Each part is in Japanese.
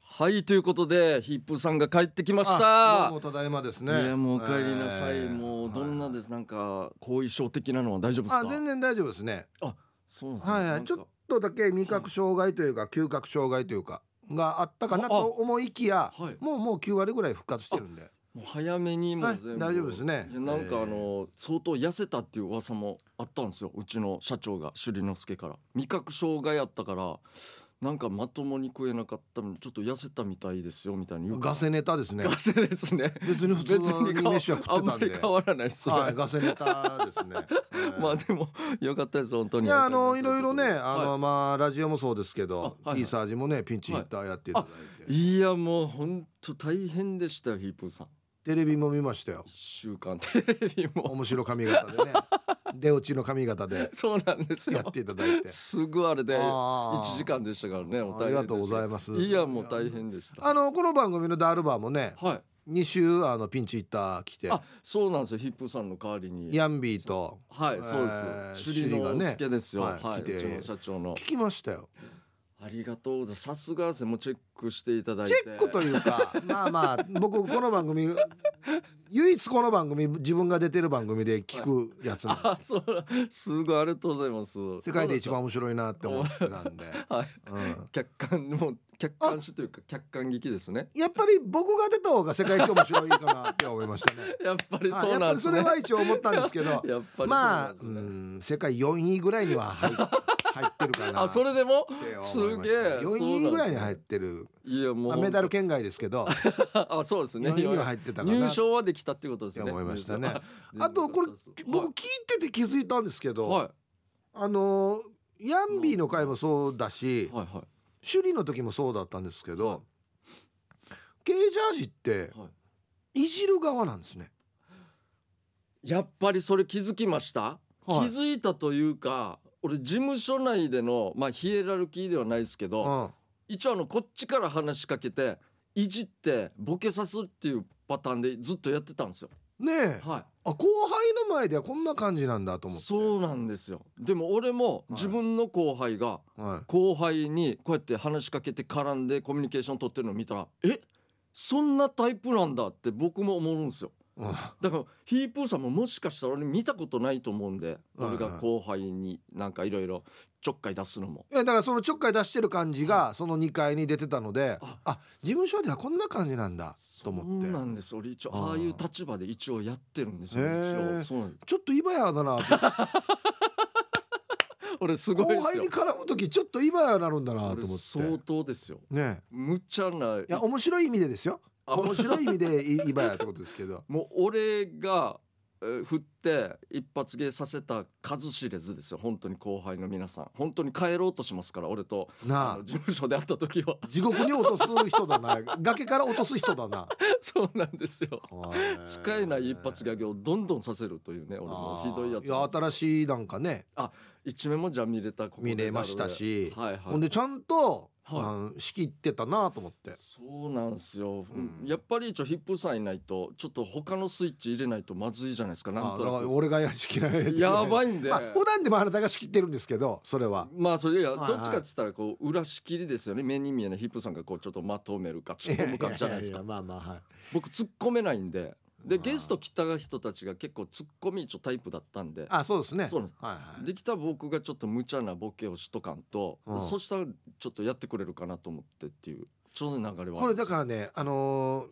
はいということでヒップさんが帰ってきましあたどうもただいまですいねやもうお帰りなさい、えーもうどんなはいです、なんか後遺症的なのは大丈夫ですあか全然大丈夫ですねそうなんですね、はい、なんはい、かちょっとだけ味覚障害というか嗅覚障害というかがあったかなと思いきやはいもうもう9割ぐらい復活してるんでもう早めにもうはい全部、大丈夫ですねいやなんかあえの相当痩せたっていう噂もあったんですようちの社長が朱里之助から味覚障害あったからなんかまともに食えなかったのにちょっと痩せたみたいですよみたいに言うかガセネタですねらガセですね別に普通に変わ飯は食ってたんあんまりで変わら ないですね、はいガセネタですね、えー まあでもよかったです本当にいやあのいろいろねあの、はまあラジオもそうですけど、あはいはいティーサージもねピンチヒッターやっていただいて、いいやもう本当大変でしたよヒープーさんテレビも見ましたよ一週間テレビ も面白髪 型でね出落ちの髪型でそうなんですやよっていただいてすぐあれであー一時間でしたからねもうあ大変でしたりがとうございますいやもう大変でしたあのこの番組のダールバーもねはい2週あのピンチヒッター来てあそうなんですよヒップーさんの代わりにヤンビーとはいえーそうです朱里朱里がのね助ですよはいはい来てうちの社長の聞きましたよありがとうございますさすがですねもうチェックしていただいチてェックという かまあまあ僕この番組唯一この番組自分が出てる番組で聞くやつなんですよあそうすごいありがとうございます世界で一番面白いなって思 ってたんで、はいうん、客観もう客観視というか客観劇ですねやっぱり僕が出た方が世界一面白いかなって思いましたねやっぱりあ そうやっなぱんりですそねれは一応思ったんですけどやっぱりそうまなあん、でうすねん、世界4位ぐらいには 入っ入ってるかなあそれでもって思いましすたげえ4位ぐらいに入ってる、いやもまあうメダル圏外ですけど あそうですね4位には入ってたかな入賞はできたってことですね思いまし たね入賞ああとこれ全然良僕かっ聞いてて気づいたんですけたど、はいあのヤンビーの回もそうだしはいはい首里の時もそうだったんですけど、はいケージャージってはいいじる側なんですね。やっぱりそれ気づきました、はい気づいたというか俺事務所内でのまあヒエラルキーではないですけど、うん一応あのこっちから話しかけていじってボケさすっていうパターンでずっとやってたんですよねえはいあ後輩の前ではこんな感じなんだと思ってそうなんですよでも俺もい自分の後輩がは後輩にこうやって話しかけて絡んでコミュニケーション取ってるのを見たらえそんなタイプなんだって僕も思うんですよい、うんだからヒープーさんももしかしたら俺見たことないと思うんではいはい俺が後輩になんかいろいろちょっかい出すのもいやだからそのちょっかい出してる感じがその2階に出てたのでああ事務所ではこんな感じなんだと思っそうなてんです俺一応あーああいう立場で一応やってるんですよへー一応そうなんですちょっとイバ ヤだな後俺すごいです輩よに絡む時ちょっとイバヤなるんだなと思って俺相当ですよね無茶なえいや面白い意味でですよあ面白い意味でイイバヤってことですけどもう俺が、えー振って一発芸させた数知れずですよ本当に後輩の皆さん本当に帰ろうとしますから俺とあなの事務所で会った時は あ地獄に落とす人だな崖から落とす人だなそうなんですよ 使えない一発ギャグをどんどんさせるというね俺もひどいやつああいや新しいなんかね一面もじゃあ見れたここで見れましたしはいはいほんでちゃんと、はいあの仕切ってたなと思ってそうなんですよ、うんやっぱり一応ヒップさんいないとちょっと他のスイッチ入れないとまずいじゃないですかなんあだからと俺が仕切られなくてやばいいんで、まあ、普段でもあなたが仕切ってるんですけどそれはまあそれいやはいはいどっちかっつったらこう裏仕切りですよね目に見えないヒップさんがこうちょっとまとめるか突っ込むかじゃないですかやややまあまあはい僕突っ込めないんででまあゲスト来た人たちが結構突っ込み一応タイプだったんであそうですねそうなんではいはいできた僕がちょっと無茶なボケをしとかんとうんそしたらちょっとやってくれるかなと思ってっていうちょうど流れはこれだからねあのー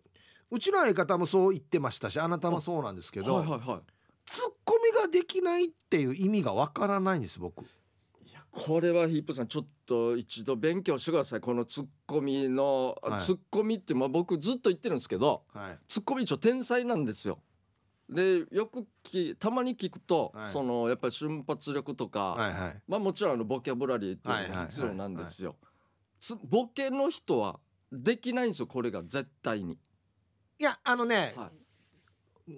うちの相方もそう言ってましたしあなたもそうなんですけど、はいはいはツッコミができないっていう意味がわからないんです僕いいやこれはヒップさんちょっと一度勉強してくださいこのツッコミのはいツッコミってまあ僕ずっと言ってるんですけどはいツッコミ一応天才なんですよ。でよくきたまに聞くと、はいそのやっぱり瞬発力とか、はいはいまあもちろんあのボキャブラリーっていうのはいはいがはい必要なんですよ。つボケの人はできないんですよこれが絶対に。いやあのね、は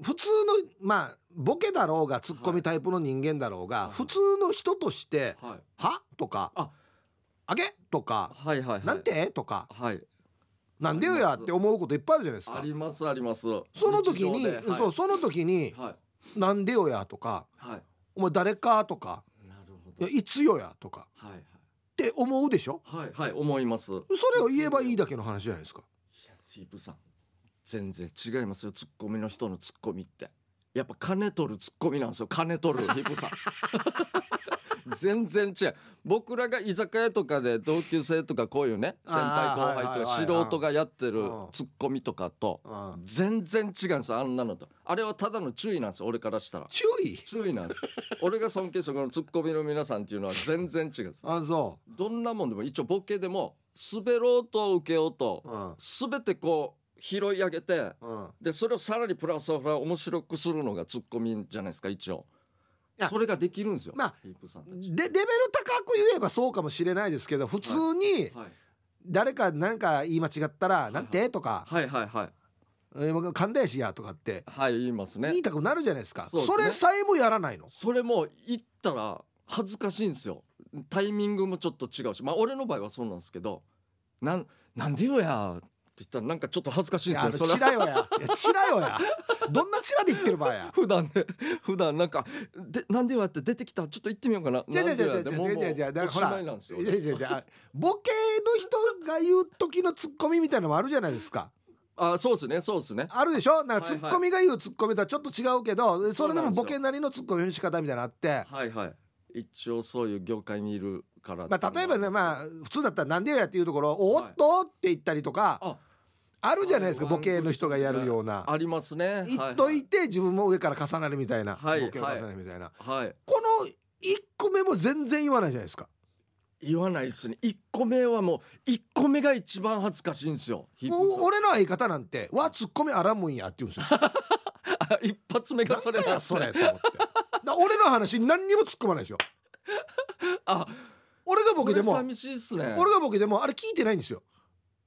普通のまあボケだろうがツッコミタイプの人間だろうが、はい普通の人としてい、はい「は?」とかあ「あげ?」とかはいはいは「い。なんて?」とかはい「なんでよや?」って思うこといっぱいあるじゃないですあか。りますあります。その時に、日常ではい、そうその時にはい「なんでよや?」とかはい「お前誰か?」とかなるほ「ど。いやいつよや?」とかはいはい。って思うでしょはいはい思いますいやそれを言えばいいだけの話じゃないですかシープさん全然違いますよツッコミの人のツッコミってやっぱ金取るツッコミなんですよ金取るヒープ さん全然違う僕らが居酒屋とかで同級生とかこういうね先輩あー後輩はいはとかいはいはい素人がやってるうんツッコミとかとうん全然違うんですよあんなのとあれはただの注意なんですよ俺からしたら注意注意なんですよ俺が尊敬してるこのツッコミの皆さんっていうのは全然違うんですあそどんなもんでも一応ボケでも滑ろうと受けようとううん全てこう拾い上げてうんでそれをさらにプラスアルファ面白くするのがツッコミじゃないですか一応いやそれができるんですよまあヒープさんたちでレベル高く言えばそうかもしれないですけど普通にはい誰か何か言い間違ったら「いなんて?」とかはいはいはい「えー僕勘でしや」とかってはい言いますね言いたくなるじゃないですかそうですそねれさえもやらないのそれも言ったら恥ずかしいんですよタイミングもちょっと違うしまあ俺の場合はそうなんですけどなんなんでよやって言ったらなんかちょっと恥ずかしいんいでやすよあのそれ チラよやいやチラよやどんなチラで言ってる場合や普段ね 普段なんかでなんでよやって出てきたちょっと行ってみようかなじゃじゃじゃじなゃんでじゃよやでもうじゃじゃもうおしまいなんですよいやいやいやボケの人が言う時のツッコミみたいなのもあるじゃないですかあそうですねそうですねあるでしょなはんかツいはいッコミが言うツッコミとはちょっと違うけどそれでそうなんもですよボケなりのツッコミの仕方みたいなのあってはいはい一応そういう業界にいるからまあ例えばねまああ普通だったら「なんでよや」っていうところを「おっと?」って言ったりとかああるじゃないですかはいボケの人がやるようなありますね言っといてて自分も上から重なるみたいなボはいケを重なるみたいなはい、はいこの1個目も全然言わないじゃないですか言わないっすね一個目はもう一個目が一番恥ずかしいんですよヒーもプうーさん俺の相方なんて「わツッコミあらんもんや」って言うんですよあ一発目がそれなんだだよそれと思ってだ俺の話何にも突っ込まないですよあ俺がボ僕ケででもも寂しいっすね俺がボケでもあれ聞いてないんですよ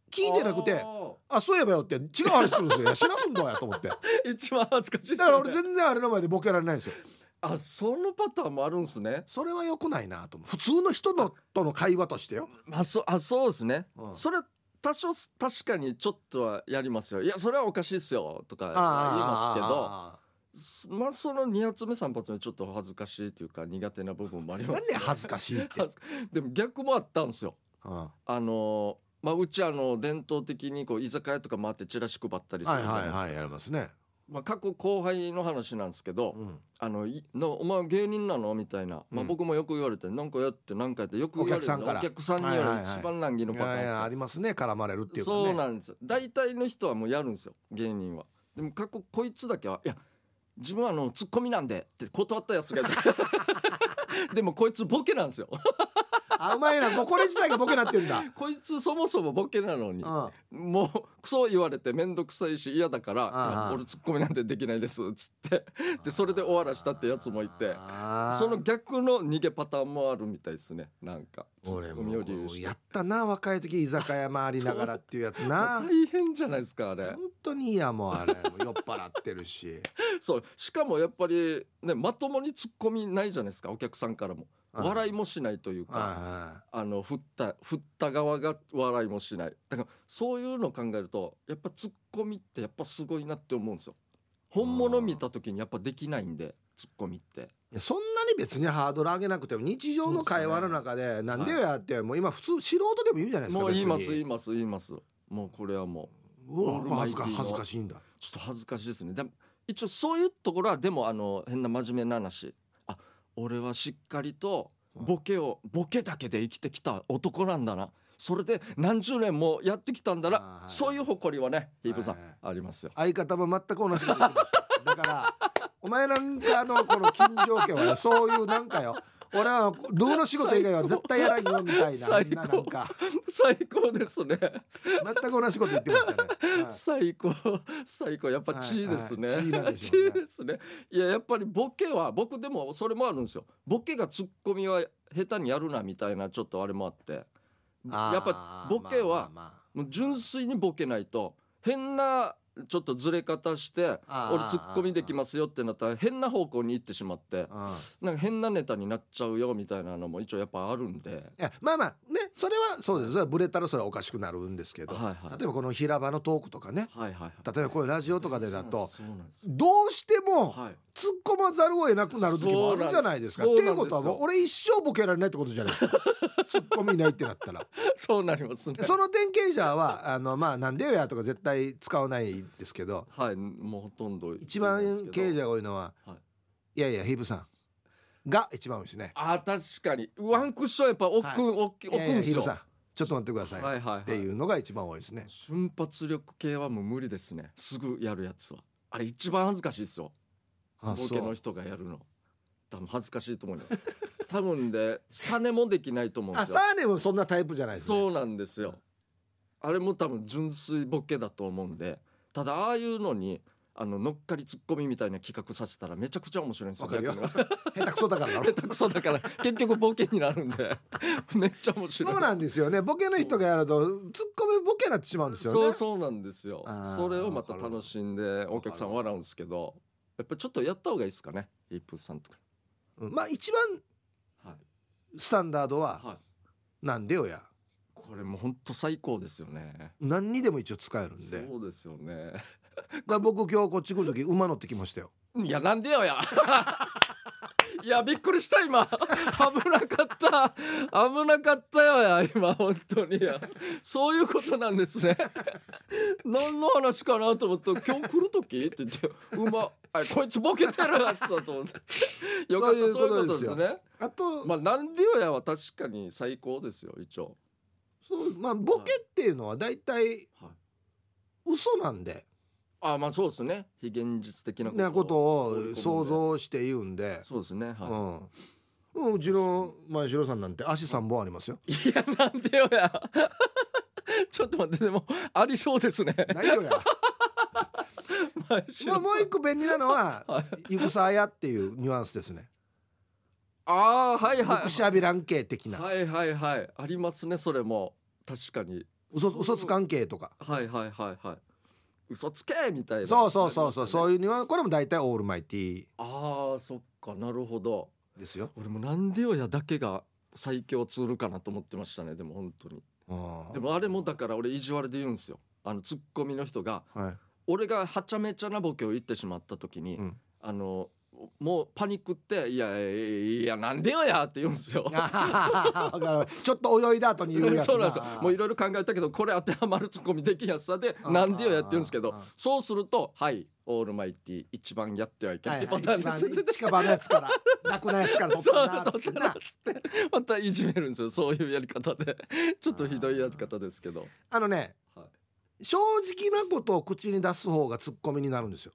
聞いてなくてああそういえばよって違う話するんですよいや知らすんだやと思ってだー一番恥ずかしいっすねから俺全然あれの前でボケられないんですよあそのパターンもあるんすねそれは良くないなと思う普通の人のとの会話としてよ、まあそあそうですねうんそれ多少確かにちょっとはやりますよいやそれはおかしいっすよとか言いますけどあまあその2発目3発目ちょっと恥ずかしいというか苦手な部分もありーまなんすで恥ずかしいって、恥ずでも逆もあったんですようんあのーまあうちあの伝統的にこう居酒屋とか回ってチラシ配ったりするはいじゃないはいですか、はいやりますね、まあ、過去後輩の話なんですけど「うんあのいのお前芸人なの?」みたいな、まうあ、ん僕もよく言われて「なんかやってなんかやって」よく言われてお客さんからお客さんにはいよはいるはい一番難儀のいパターンやいですよやありますね絡まれるっていうかねそうなんですよ大体の人はもうやるんですよ芸人はでも過去こいつだけはいや自分はあのツッコミなんでって断ったやつがい てでもこいつボケなんですよあうまいなもうこれ自体がボケなってんだ、うん、こいつそもそもボケなのにあもうクソ言われて面倒くさいし嫌だからいああや俺ツッコミなんてできないですっつってでそれで終わらしたってやつもいてーその逆の逃げパターンもあるみたいですねなんかツ俺ッコもミより言うしやったな若い時居酒屋回りながらっていうやつな 大変じゃないですかあれ本当にいいやもうあれもう酔っ払ってるしそうしかもやっぱりねまともにツッコミないじゃないですかお客さんからも 笑いももしないというかああの振った振った側が笑いもしないだからそういうのを考えるとやっぱツッコミってやっぱすごいなって思うんですよ本物見た時にやっぱできないんでツッコミってそんなに別にハードル上げなくても日常の会話の中で「なんでよや」ってもう今普通素人でも言うじゃないですかもう言います別言いにます言いますもうこれはもうわオールマイ恥テずィーのか恥ずかしいんだうちょっと恥ずかしいですねでも一応そういうところはでもあの変な真面目な話あ俺はしっかりとボケをボケだけで生きてきた男なんだなそれで何十年もやってきたんだあーなはいそういう誇りはねヒープさんはいはいありますよ相方も全く同じこと言ってましただからお前なんかのこの近条家はねそういうなんかよ俺はどうの仕事以外は絶対やらんよみたいな最高ななんか 最高ですね全く同じこと言ってま したね、はい最高最高やっぱ地位ですねはいはい地位なんでし地ょ うね位ですねいややっぱりボケは僕でもそれもあるんですよボケがツッコミは下手にやるなみたいなちょっとあれもあってやっぱボケはもう純粋にボケないと変なちょっとずれ方してあー俺ツッコミできますよってなったら変な方向に行ってしまってまあまあまあうんなんか変なネタになっちゃうよみたいなのも一応やっぱあるんでいやまあまあねそれはそうですそれはブレたらそれはおかしくなるんですけど、はいはい例えばこの平場のトークとかねはいはいはい例えばこういうラジオとかでだとそうなんですどうしてもはい突っ込まざるを得なくなる時もあるじゃないですか。そうっなんてですいうことはもうそう俺一生ボケられないってことじゃないですか突っ込みないってなっ たら そうなりますねその典型者は「あのまあなんでよや」とか絶対使わないですけどはいもうほとんど一番経刑営者が多いのは「はいい、やいやヒープさん」が一番多いですね。あー確かにワンクッションやっぱ置はいく、置きい置やくいんやでヒすープよさんちょっと待ってください」はいはいはいっていうのが一番多いですね。瞬発力系はもう無理ですねすぐやるやつはあれ一番恥ずかしいですよあボそケのう人がやるの多分恥ずかしいと思います多分でサネもできないと思うんであすサよーネもそんなタイプじゃないですね。そうなんですよあれも多分純粋ボケだと思うんでただああいうのにあの乗っかりツッコミみたいな企画させたらめちゃくちゃ面白いんですよわかるよ逆に下手くそだからだろ 下手くそだから結局ボケになるんで めっちゃ面白いそうなんですよね。ボケの人がやると、ツッコミボケになってしまうんですよね。そうそうなんですよあーそれをまた楽しんでお客さん笑うんですけどやっぱちょっとやった方がいいですかねイープーさんとかうんまあ、一番はい、スタンダードは、はい、なんでよや。これもう本当最高ですよね何にでも一応使えるんで。だかそうですよねら僕今日こっち来る時、馬乗ってきましたよ。いやなんでよや いやびっくりした今危なかった危なかったよや今本当にやそういうことなんですね何の話かなと思ったら今日来る時って言って馬あこいつボケてるやつだと思ってよかったそういうそういうことことでですよすねあと、まあなんでよやは確かに最高ですよ一応そう、まあ、ボケっていうのは大体はい。嘘なんで、あまあそうですね非現実的なことなこと追い込をんで想像して言うんで。そうですねはい、うん。うんうちの前城さんなんて足3本ありま すよ。いやなんでよや ちょっと待ってでもありそうですねないよや。前城 まさあ、んもう一個便利なのははい、ゆくさやっていうニュアンスですね。ああはいはゆくしゃびらんけ的いな。はいはいはいありますねそれも確かに嘘嘘つかんけとか。はいはいはいはい嘘つけみたいなそうそうそうそう、そうういうニュアンスこれも大体オールマイティああそっかなるほどですよ。俺もなんでよやだけが最強ツールかなと思ってましたねでも本当にうんでもあれもだから俺意地悪で言うんですよあのツッコミの人がはい。俺がはちゃめちゃなボケを言ってしまった時に、うんあのもうパニックって「いやいやいやなんでよや」って言うんですよ。あはは はわかるちょっと泳いだ後に言うやつそうなんですよもういろいろ考えたけどこれ当てはまるツッコミできやすさで「なんでよや」って言うんですけどあーそうすると「はいオールマイティ一番やってはいけはないいはパい、ターン一番です」近場のやつから楽なやつから取そうったなーっつ取ってったななっつってまたいじめるんですよそういうやり方でちょっとひどいやり方ですけどあのね、は正直なことを口に出す方がツッコミになるんですよ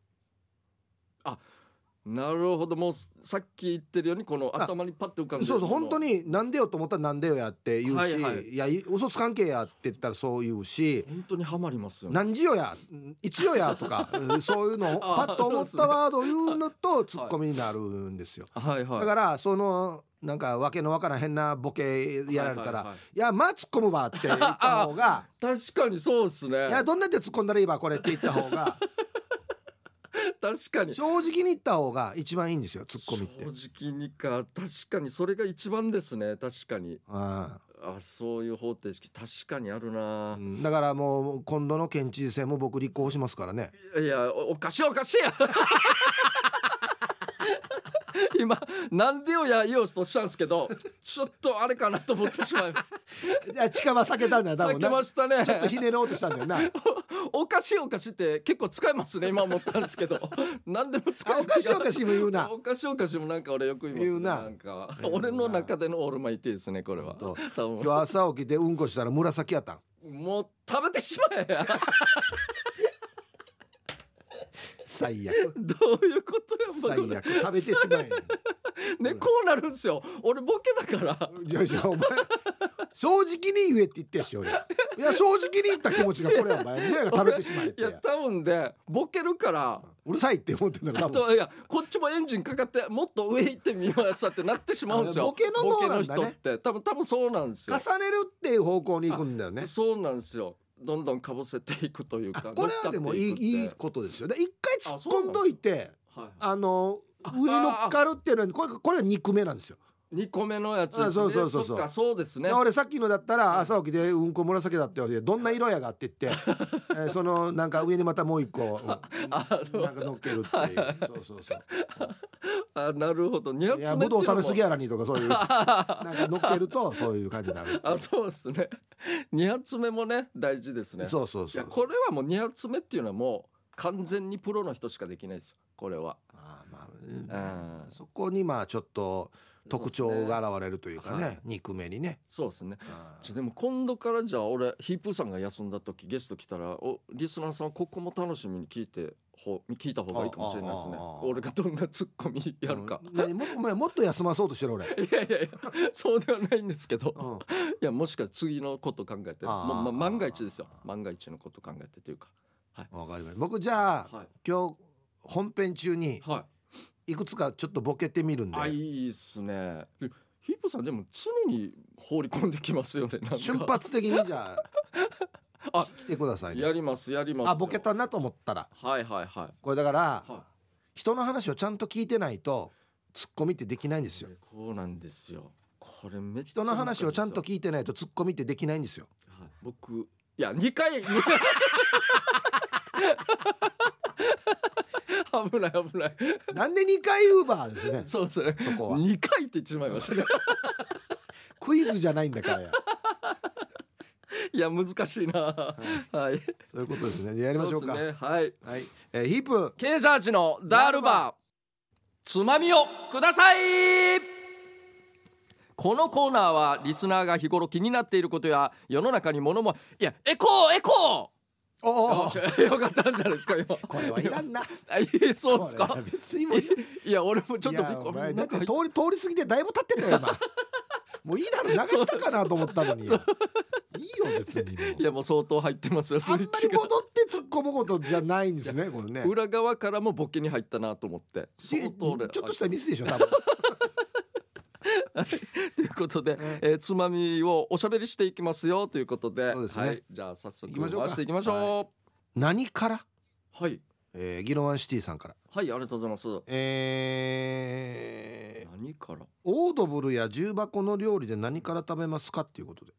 なるほどもうさっき言ってるようにこのあ頭にパッて浮かんでるそうそうこの本当になんでよと思ったらなんでよやって言うし、はいいはいやい嘘つかんけやって言ったらそう言うし本当にはまりますよね何時よやいつよやとかうんそういうのをパあーッと思っそうでたすねワードを言うのとツッコミになるんですよはいはいだからそのなんかわけのわからへんなボケやられはいはたいらはい「いやまあ突っ込むわ」って言った方が 確かにそうです「ねいやどんなやつ突っ込んだらいいわこれ」って言った方が確かに正直に言った方が一番いいんですよ 突っ込みって。正直にか確かにそれが一番ですね確かにああそういう方程式確かにあるなあう、んだからもう今度の県知事選も僕立候補しますから ねいやおおかしいおかしいや 今なんでよや言おうとしたんですけどちょっとあれかなと思ってし まいいや近場避けたんだよ多避分けなまちしたねょっとひねろうとしたん だよなおかしいおかしいって結構使いますね今思ったんですけど 何でも使あうおかしいおかしいも言う なおかしいおかしいもなんか俺よく言いますね言うななんか言うな俺の中でのオールマイティですねこれは本多分今日朝起きてうんこしたら紫やったんもう食べてしまえや最 悪どういうことやもうこ最れ悪食べてしまえねこうなるんすよ俺ボケだからじゃあじゃあお前正直に言えって言ってやし俺いや正直に言った気持ちがこれやお前親が食べてしまえっいてや多分でボケるからうるさいって思ってんだろあ多分といやこっちもエンジンかかってもっと上行ってみましたってなってしまうんですよあボケの脳なんだねボケの人って多分多分そうなんですよ重ねるっていう方向に行くんだよねそうなんですよどんどんかぶせていくというあかこれはでもいいい乗いっかってくってことですよね一回突っ込んどいてはいはいあの上に乗っかるっていうのはこれこれは肉目なんですよ2個目のやつですねあそうそうそうそうそっかそうですね俺さっきのだったら朝起きでうんこ紫だって言われてどんな色やがって言って えーそのなんか上にまたもう一個うんあそうなんか乗っけるっていうそうそうそうあなるほど2い発や目ぶっどうていうのも食べ過ぎやらにとかそういうなんか乗っけるとそういう感じになる あ そうですね2発目もね大事ですねそうそういそやうこれはもう2発目っていうのはもう完全にプロの人しかできないですよこれはあーまあうんそこにまあちょっと特徴が現れるというかそうですねね肉目にねそうですねあちょーでも今度からじゃあ俺ヒープーさんが休んだ時ゲスト来たらおリスナーさんはここも楽しみに聞いてほ聞いた方がいいかもしれないですねああああ俺がどんなツッコミやるか、うん何もお前もっと休まそうとしてる俺いやいやいや そうではないんですけどうんいやもしかしたら次のこと考えてああもうまああ万が一ですよ万が一のこと考えてというかわかりました僕じゃあはい今日本編中にはいいくつかちょっとボケてみるんであいいっすねでヒープーさんでも常に放り込んできますよねなんか瞬発的にじゃああ来てくださいねやりますやりますよあボケたなと思ったらはいはいはこれだからいは人の話をちゃんと聞いてないとツッコミってできないんですいよこうなんですよこれめっちゃ人の話をちゃんと難し聞いてないとツッコミってできないんですよいですよはい僕いや二回危ない危ないなんで2回ウーバーですねそうですねそこは二回って言ってしまいましたねクイズじゃないんだからやいや難しいなはいそういうことですねやりましょうかそですねはいはい、えーヒープ K ジャージのダールバーつまみをくださいこのコーナーはリスナーが日頃気になっていることや世の中に物もいやエコーエコおーおおよしよかったんじゃないですか今これはいらんなあいいそうですこれかは別にもういや俺もちょっといびやっおく前りだなっんてか通り通り過ぎてだいぶ経ってんだよ今もういいだろ流したかなと思ったのにいいよ別にもういやもう相当入ってますよスあんイまりッチが戻って突っ込むことじゃないんですねこれね裏側からもボケに入ったなと思ってち相当俺ちょっとしたミスでしょ多分ということで、えーつまみをおしゃべりしていきますよということでそうですねはい、じゃあ早速行きましょうか回していきましょ何から、うはい、はいえー、ギロワンシティさんからありがとうございますえー、何からオードブルや重箱の料理で何から食べますかっていうことで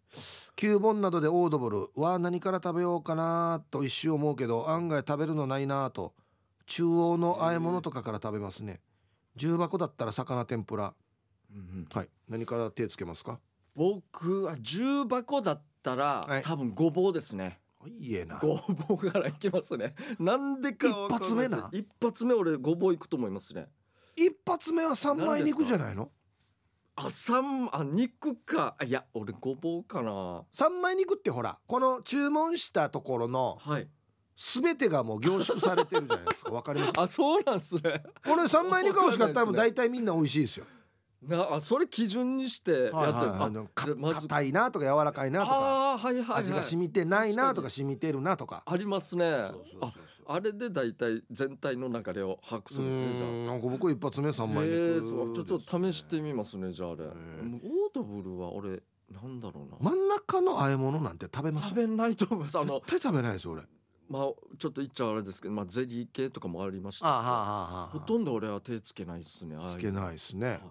9本などでオードブルは何から食べようかなと一瞬思うけど案外食べるのないなと中央の和え物とかから食べますね重箱だったら魚天ぷらはい何から手つけますか僕は重箱だったら、はい多分ごぼうですねいいえなごぼうからいきますねなんでかわかんいです一発目な一発目俺ごぼういくと思いますね一発目は三枚肉じゃないのあ三あ肉かあいや俺ごぼうかな三枚肉ってほらこの注文したところのはい全てがもう凝縮されてるじゃないですかわかりますあそうなんす ねこれ三枚肉が欲しかったらもう大体みんな美味しいですよなあそれ基準にしてやってるんはいです、はいはいあなんかじゃあまず硬いなとか柔らかいなとかああーはいはい、はい、味が染みてないなと確かかに染みてるなとかありますねそうそうそうああれで大体全体の流れを把握すうるんですねじゃあんなんか僕は一発目三枚肉えでーすね、そうちょっと試してみますねじゃああれ、えもうオードブルは俺なんだろうな、真ん中の和え物なんて食べます食べないと思いますあの絶対食べないですよ俺まあちょっと言っちゃあれですけど、まあ、ゼリー系とかもありましあたはあはあほとんど俺は手つけないですねああいうつけないですね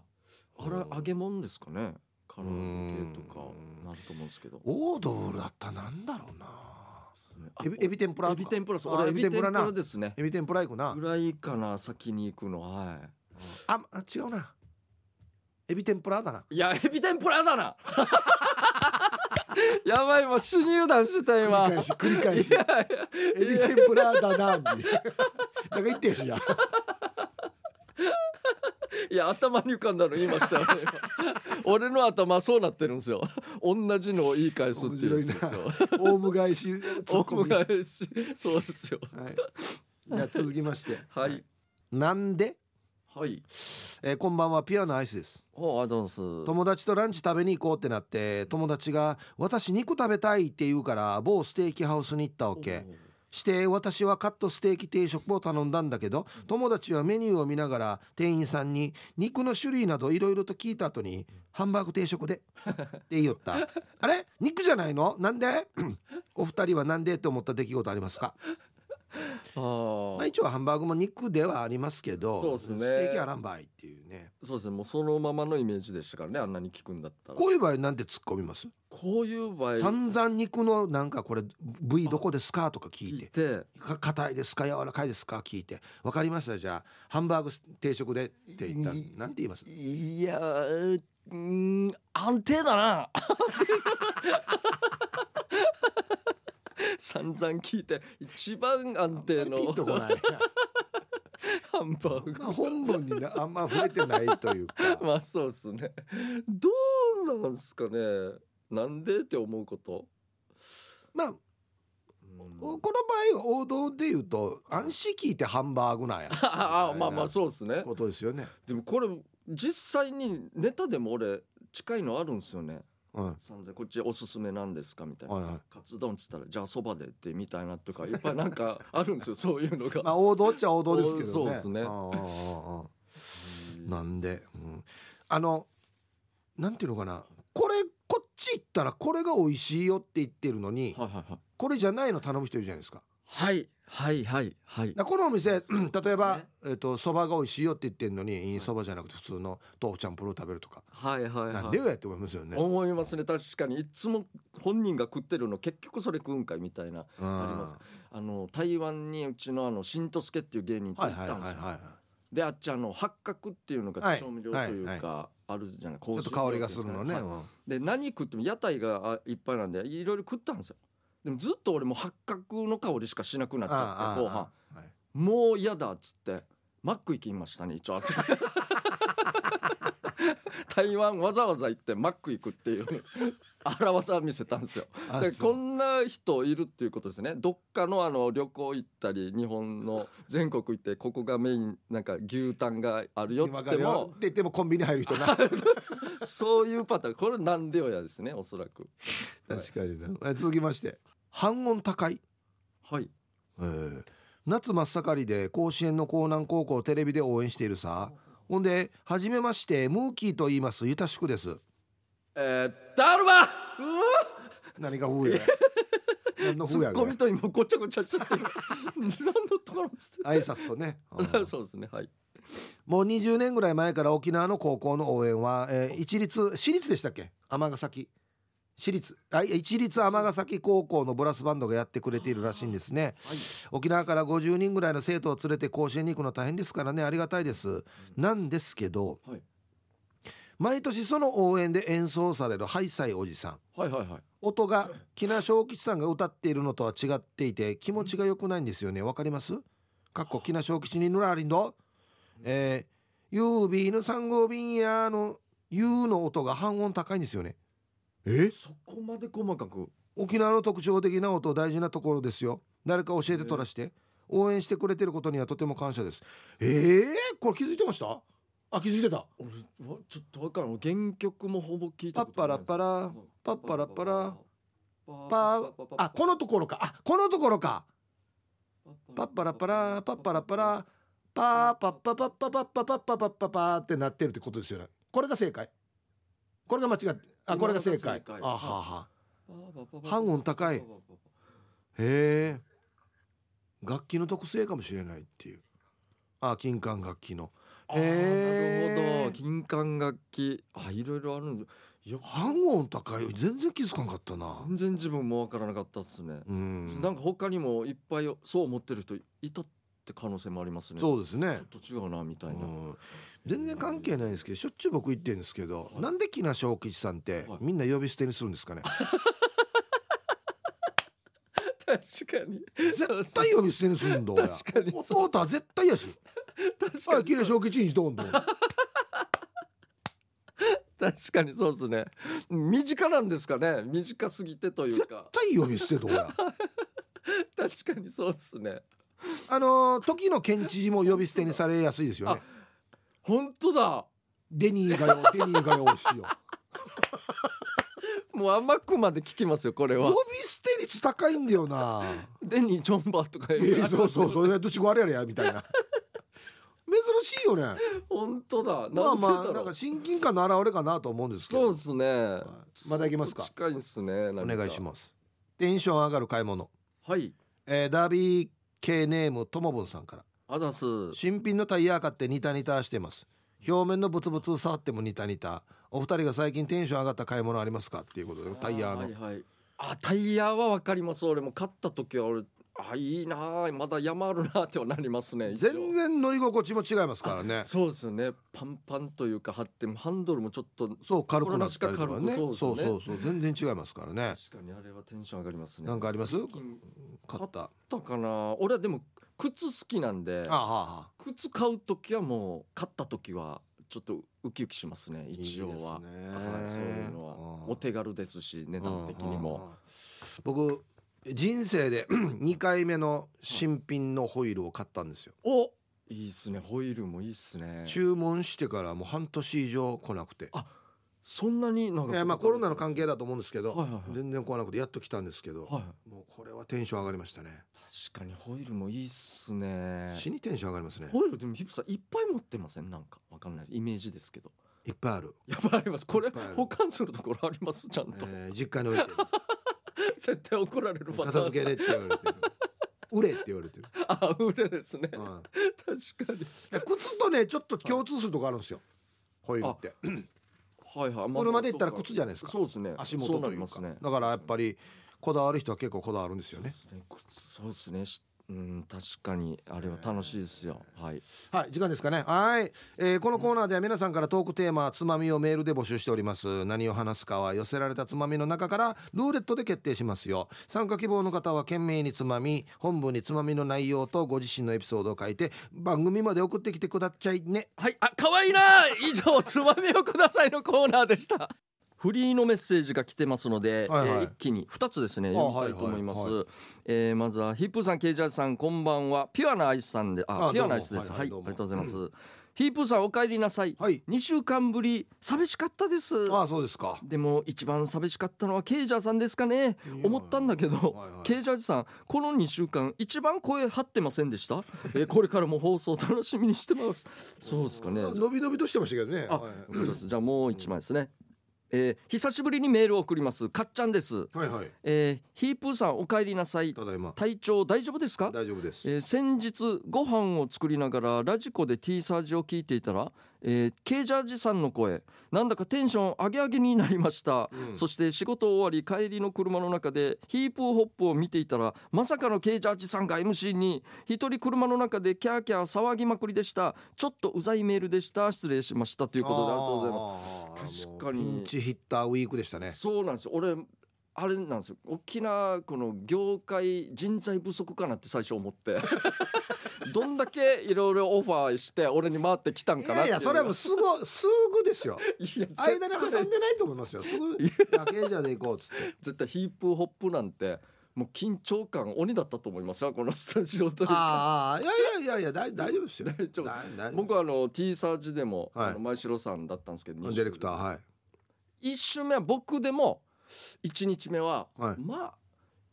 あれ揚げ物ですかね唐揚げ系とかうんなると思うんですけどオードブルだったらなんだろうなあエビエビ天ぷらとエかビ天ぷらですあー俺エビ天ぷならですねエビ天ぷら行くなぐらいかな先に行くのはああ違うなエビ天ぷらだないいやエビ天ぷらだな やばいもう死に油断してた今繰り返し繰り返しいやいやエビ天ぷらだなみたいななんか言ってやしやいや頭に浮かんだの言いましたよ、 ね、今俺の頭そうなってるんですよ同じのを言い返すっていうやつですよオウム返しツッコおミはい返しそうですよじゃあ続きましてはいなんで、はいえーこんばんはピアノアイスですおアドンス友達とランチ食べに行こうってなって友達が私肉食べたいって言うから某ステーキハウスに行ったわけして私はカットステーキ定食を頼んだんだけど友達はメニューを見ながら店員さんに肉の種類などいろいろと聞いた後に「ハンバーグ定食で」って言いよった「あれ肉じゃないのなんで? 」 お二人はなんでって思った出来事ありますか、あまあ、ー一応ハンバーグも肉ではありますけどそうっすねステーキはランバイっていうねそうですねもうそのままのイメージでしたからねあんなに聞くんだったらこういう場合なんて突っ込みます、こういう場合散々肉のなんかこれ部位どこですかとか聞い聞いててか硬いですか柔らかいですか聞いて分かりましたじゃあハンバーグ定食でって言ったらいなんて言いますいやーうーん安定だ な散々聞いて一番安定のピンとこないハンバーグまあ本文になあんま触れてないというかまあそうですねどうなんすかねなんでって思うこと、まあこの場合は王道で言うと安心聞いてハンバーグなんやああまあまあそうですねことですよね、でもこれ実際にネタでも俺近いのあるんですよねうん、はい3000こっちおすすめなんですかみたいな、はカツ丼っつったらじゃあそばでってみたいなとかいっぱいなんかあるんですよそういうのが、いまあ王道っちゃ王道ですけどねそうですねああああああなんで、うん、あのなんていうのかなこれこっち行ったらこれが美味しいよって言ってるのに、はいはいはいこれじゃないの頼む人いるじゃないですかはいはいはいはいだからこのお店、そううんですね例えばえっとそば、が美味しいよって言ってるのにそば、じゃなくて普通の豆腐チャンプルーを食べるとか、はいはいなんはでいよやって思いますよね、思いますね確かにいつも本人が食ってるの結局それ食うんかいみたいなうんありますあの台湾にうちのあのしんとすけっていう芸人とは行いはっいはたんいですよ、はいであっちあの八角っていうのはがい調味料というか、はいあるじゃないちちょっと香りがするのね、で何食っても屋台があいっぱいなんでいろいろ食ったんですよでもずっと俺もう八角の香りしかしなくなっちゃって後半半もう嫌だっつってマック行きましたね一応 台湾わざわざ行ってマック行くっていう荒技見せたんですよでこんな人いるっていうことですねどっかのあの旅行行ったり日本の全国行ってここがメインなんか牛タンがあるよっつってもって言ってもコンビニ入る人な確そういうパターンこれなんでよやですねおそらくかにな続きまして半音高い、はい夏真っ盛りで甲子園の江南高校をテレビで応援しているさほんで初めましてムーキーと言いますゆたしくですえー、だるまう何が 風や何のわツ風ッやコこれミと今ごちゃごちゃしちゃってる 何のところっつ挨拶と ねって そうですねはいもう20年ぐらい前から沖縄の高校の応援は、えー一律私立でしたっけ尼崎私立あいや一律尼崎高校のブラスバンドがやってくれているらしいんですねはい沖縄から50人ぐらいの生徒を連れて甲子園に行くの大変ですからねありがたいですなんですけど、はい毎年その応援で演奏されるハイサイおじさんはいはいはい音が木名正吉さんが歌っているのとは違っていて気持ちが良くないんですよねわかりますかっこ木名正吉にぬらりんどえー、ゆうびぬ三号便やのゆうの音が半音高いんですよねえそこまで細かく沖縄の特徴的な音大事なところですよ誰か教えて取らして応援してくれてることにはとても感謝ですえー、これ気づいてましたあ気づいてた俺わちょっとわからん原曲もほぼ聞いパたことッパないラッパラパッパラッパラパーああこのところかあこのところかパパッッパパララッッパパララパッーパッパパララッッパパララーパーパッパパッパパッパパッパパッパパーってなってるってことですよねこれが正解これが間違ってあこれが正解今のが正解あはあは半半音音高高いいへえ楽器の特性かもしれないっていうあ金管楽器のへなーるほど金管楽器あいろいろあるんだよ半音高い全然気づかんかったな全然自分もわからなかったっすね、うんなんか他にもいっぱいそう思ってる人いたって可能性もありますねそうですちねょっと違うなみたいな、うん全然関係ないんですけどしょっちゅう僕言ってるんですけど、はいなんで木梨正吉さんってはいみんな呼び捨てにするんです かね確かに絶対呼び捨てにするんだ俺確かにそう弟は絶対やし確あか木に梨正吉にしとんど 確かにそうですね身近なんですかね短すぎてという か対呼び捨てどうや確かにそうですねあのー時の県知事も呼び捨てにされやすいですよね本当だデニーがよデニーがよし よもう甘くまで聞きますよこれ呼はび捨て率高いんだ よなデニー・ジョンバーとかえ言ーそうそうそうどっちこあれやれやみたいな珍しいよね 本当だまなあんでだまろあう、なんか親近感の表れかなと思うんですけそうどですね、いまだいきますか近いですねお願いしまますテンション上がる買い物、すはいえーダービー系ネームともぼんさんからアダス新品のタイヤ買ってニタニタしてます表面のブツブツ触ってもニタニタお二人が最近テンション上がった買い物ありますかっていうことでタイヤの、はいはい、あタイヤは分かります俺も買った時は俺あいいなあまだ山あるなってはなりますね一応全然乗り心地も違いますからねそうですねパンパンというか張ってハンドルもちょっと確そう軽くなったりとかこれ確かね軽くそそううですねそうそう全然違いますからねかにあれはテンション上がりますねなんかあります最近買った買ったかな俺はでも靴好きなんであはあはあ靴買う時はもう買った時はちょっとウキウキしますね一応はいいですねはい、そういうのうはんお手軽ですし値段的にも、僕人生で 2回目の新品のホイールを買ったんですよ、おいいっすねホイールもいいっすね注文してからもう半年以上来なくてあそんなになんいかやまあコロナの関係だと思うんですけど、はいはいはい全然来なくてやっと来たんですけど、はいもうこれはテンション上がりましたね確かにホイールもいいっすね死にテンション上がりますねホイールでもヒップさんいっぱい持ってませんなんかわかんないですイメージですけどいっぱいある、やっぱありますこいれっぱいある保管するところありますちゃんと、えー実家に 置いてる絶対怒られるパターン片付けれって言われてる売れって言われてる、 あ裏ですねうんい確かにや靴とねちょっと共通するとこあるんですよホイールってはいはい、まあ車で言ったら靴じゃないですかそうですね足元そうとなりいまうすか、ねだからやっぱりこだわる人は結構こだわるんですそようでねすね靴そうですねしうん確かにあれは楽しいですよ、はいはい時間ですかねはい、えーこのコーナーでは皆さんからトークテーマつまみをメールで募集しております何を話すかは寄せられたつまみの中からルーレットで決定しますよ参加希望の方は懸命につまみ本文につまみの内容とご自身のエピソードを書いて番組まで送ってきてくださいねはい、あ、可愛いな。 以上、つまみをくださいのコーナーでした。フリーのメッセージが来てますので、はいはいえー一気に2つですねあ読みたいと思います、はいはいえーまずはヒップーさんケイジャーさんこんばんはピュアなアイスさんでああピュアどうもなアイスですははいい、はいどありうもがとうございます、ヒップーさんお帰りなさいはい2週間ぶり寂しかったですああそうですかでも一番寂しかったのはケイジャーさんですかね思ったんだけど、はいはいケイジャージさんこの2週間一番声張ってませんで した、えーこれからも放送楽しみにしてますそうですかね伸び伸びとしてましたけどねあはい、本当ですじゃあもう一枚ですね、えー久しぶりにメールを送りますかっちゃんです、はいはいえーヒープーさんお帰りなさいただいま体調大丈夫ですか大丈夫ですえー先日ご飯を作りながらラジコで T サージを聞いていたら、えー、ケージャージさんの声なんだかテンション上げ上げになりました、うんそして仕事終わり帰りの車の中でヒープーホップを見ていたらまさかのケージャージさんが MC に一人車の中でキャーキャー騒ぎまくりでしたちょっとうざいメールでした失礼しましたとということでありがとうございますます確かにピンチヒッターウィークでしたねそうなんですよ俺あれなんですよ大きなこの業界人材不足かなって最初思って どんだけいろいろオファーして俺に回ってきたんいかなっやていいやそれはもうすぐすぐです よいや間に挟ん絶対でないと思いますよすぐだけじゃで行こうっ つって絶対ヒープホップなんてもう緊張感鬼だったと思いますよこのスタジオというかああいやいやいやいや大大丈夫ですよ大丈夫だだ僕はあの T サージでも、はいあの前城さんだったんですけどディレクターはい一周目は僕でも一日目は、はいまあ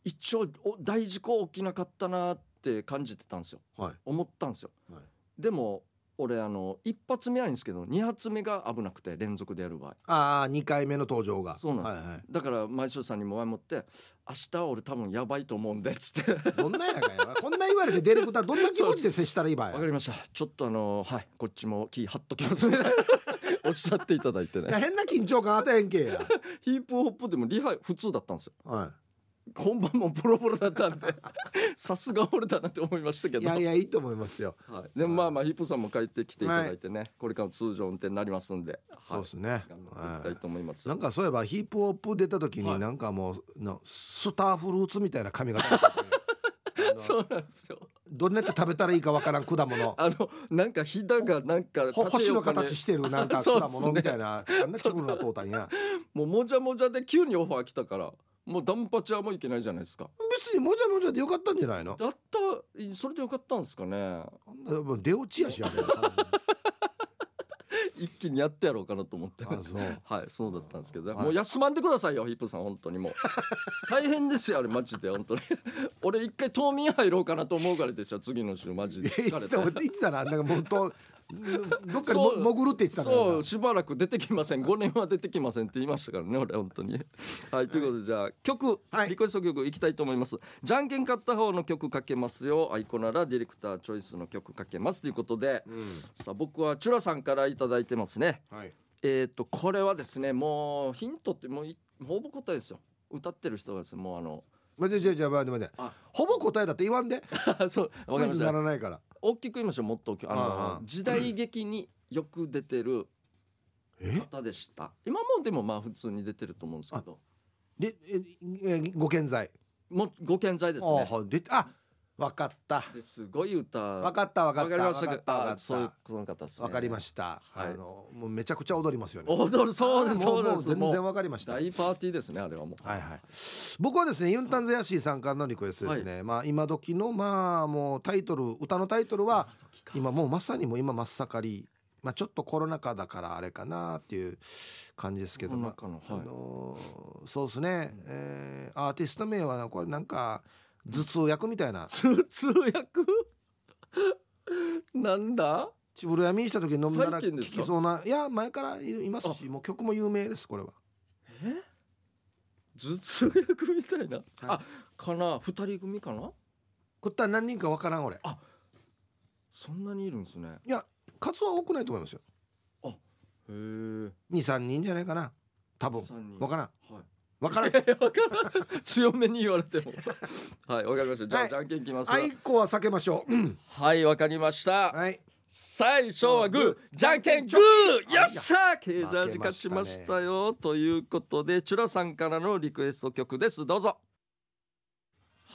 一応お大事故起きなかったなって感じてたんですよはい思ったんですよ、はいでも俺あの一発目はいいんですけど二発目が危なくて連続でやる場合ああ二回目の登場がそうなんですはいはいだから前城さんにも前もって「明日俺多分やばいと思うんで」っつって「どんなやかんや こんな言われてディレクターどんな気持ちで接したらいいばわかりやましたちょっとあのはいこっちも気張っときます」みたいな おっしゃっていただいていやね変な緊張感あったへんけやヒープホップでもリハ普通だったんですよは本番もボロボロだったん でさすが俺だなって思いましたけいいどやいやいいと思いますよはい、でもまあまあヒップさんも帰ってきていただいてね、これから通常運転になりますんで、そうはいですね頑張っていきたはいと思いますいなんかそういえばヒップホップ出た時はにいなんかもうなスターフルーツみたいな髪型だったねあ のそうなんですよどんなやって食べたらいいかわからん果物 あのなんかひだがなんかほ星縦の横形にしてるなんか そうっ果すね物みたいな、あんなちくるなとうたんやもうもじゃもじゃで急にオファー来たからもうダンパチはもういけないじゃないですか別にもじゃもじゃでよかったんじゃないのだったそれでよかったんですかねあんなもう出落ちやしやで一気にやってやろうかなと思ってあそう はいそうだったんですけど、はいもう休まんでくださいよヒップさん本当にもう大変ですよあれマジで本当に 俺一回冬眠入ろうかなと思うからですよ次の週マジで い疲れつてだいつだななんかもうとどっかにもそう潜るって言ってたからなそうしばらく出てきません5年は出てきませんって言いましたからね俺本当 にはいということでじゃあ曲、はいリクエスト曲いきたいと思いますじゃんけん勝った方の曲かけますよアイコならディレクターチョイスの曲かけますということで、さあ僕はチュラさんから頂いただいてますねはいえっ、とこれはですねもうヒントってもういほぼ答えですよ歌ってる人がですねもうあ のまあじゃあじゃあじゃあ待って待ってあほぼ答えだって言わんであそうわクかりまイズしになたらないから大きく言いましょうもっと大きくあのああ時代劇によく出てるえ方でした今もでもまあ普通に出てると思うんですけどでええご健在もうご健在ですねあであわかったですごい歌わわかったわかわっかたりまわしかたったわかかっそういうたその方ですねわかりましたはいあのもうめちゃくちゃ踊りますよね踊るそうですあーもそうですもう全然もうわかりました大パーティーですねあれはもうはいはい、僕はですねユンタンゼヤシーさんからのリクエストですね、まあ今時のまあもうタイトル歌のタイトルは今もうまさにもう今真っ盛り、まあ、ちょっとコロナ禍だからあれかなっていう感じですけど、このまあ中のあはいのーそうですね、えーアーティスト名はなこれなんか頭痛薬みたいな通通訳なんだちぶるやみした時に飲んだら最近効ですかきそうないや前からいますしもう曲も有名ですこれは頭痛薬みたいなあかな二人組かなこったら何人かわからん俺そんなにいるんですね数は多くないと思いますよへえ23人じゃないかな多分三人わからんはいわからんえわからん強めに言われてもはいわかりましたじゃあ、はいじゃんけんいきますあいこは避けましょう。うんはいわかりました、はい。最初はグーじゃんけんグーよっしゃーケージャージ勝ちましたよということでチュラさんからのリクエスト曲ですどうぞ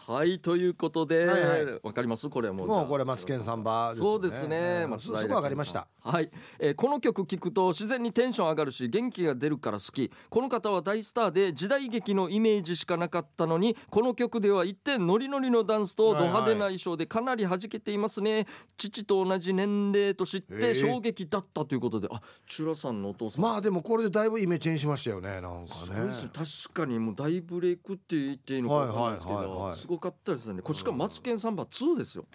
はいということでわ、はいはかりますこれはもうじゃあもうこれマツケンサンバですよねそうですね。うん松す平健さんすぐわかりました。。はい、えーこの曲聞くと自然にテンション上がるし元気が出るから好き。この方は大スターで時代劇のイメージしかなかったのに、この曲では一点ノリノリのダンスとド派手な衣装でかなり弾けていますね。父と同じ年齢と知っへえて衝撃だったということで、あ、チュラさんのお父さん。まあでもこれでだいぶイメチェンしましたよね。なんかそうねです。ね確かにもう大ブレイクって言っていいのかわかんないですけはいはいはいはどいすごかったですよねこれしかも「マツケンサンバ2」ですよ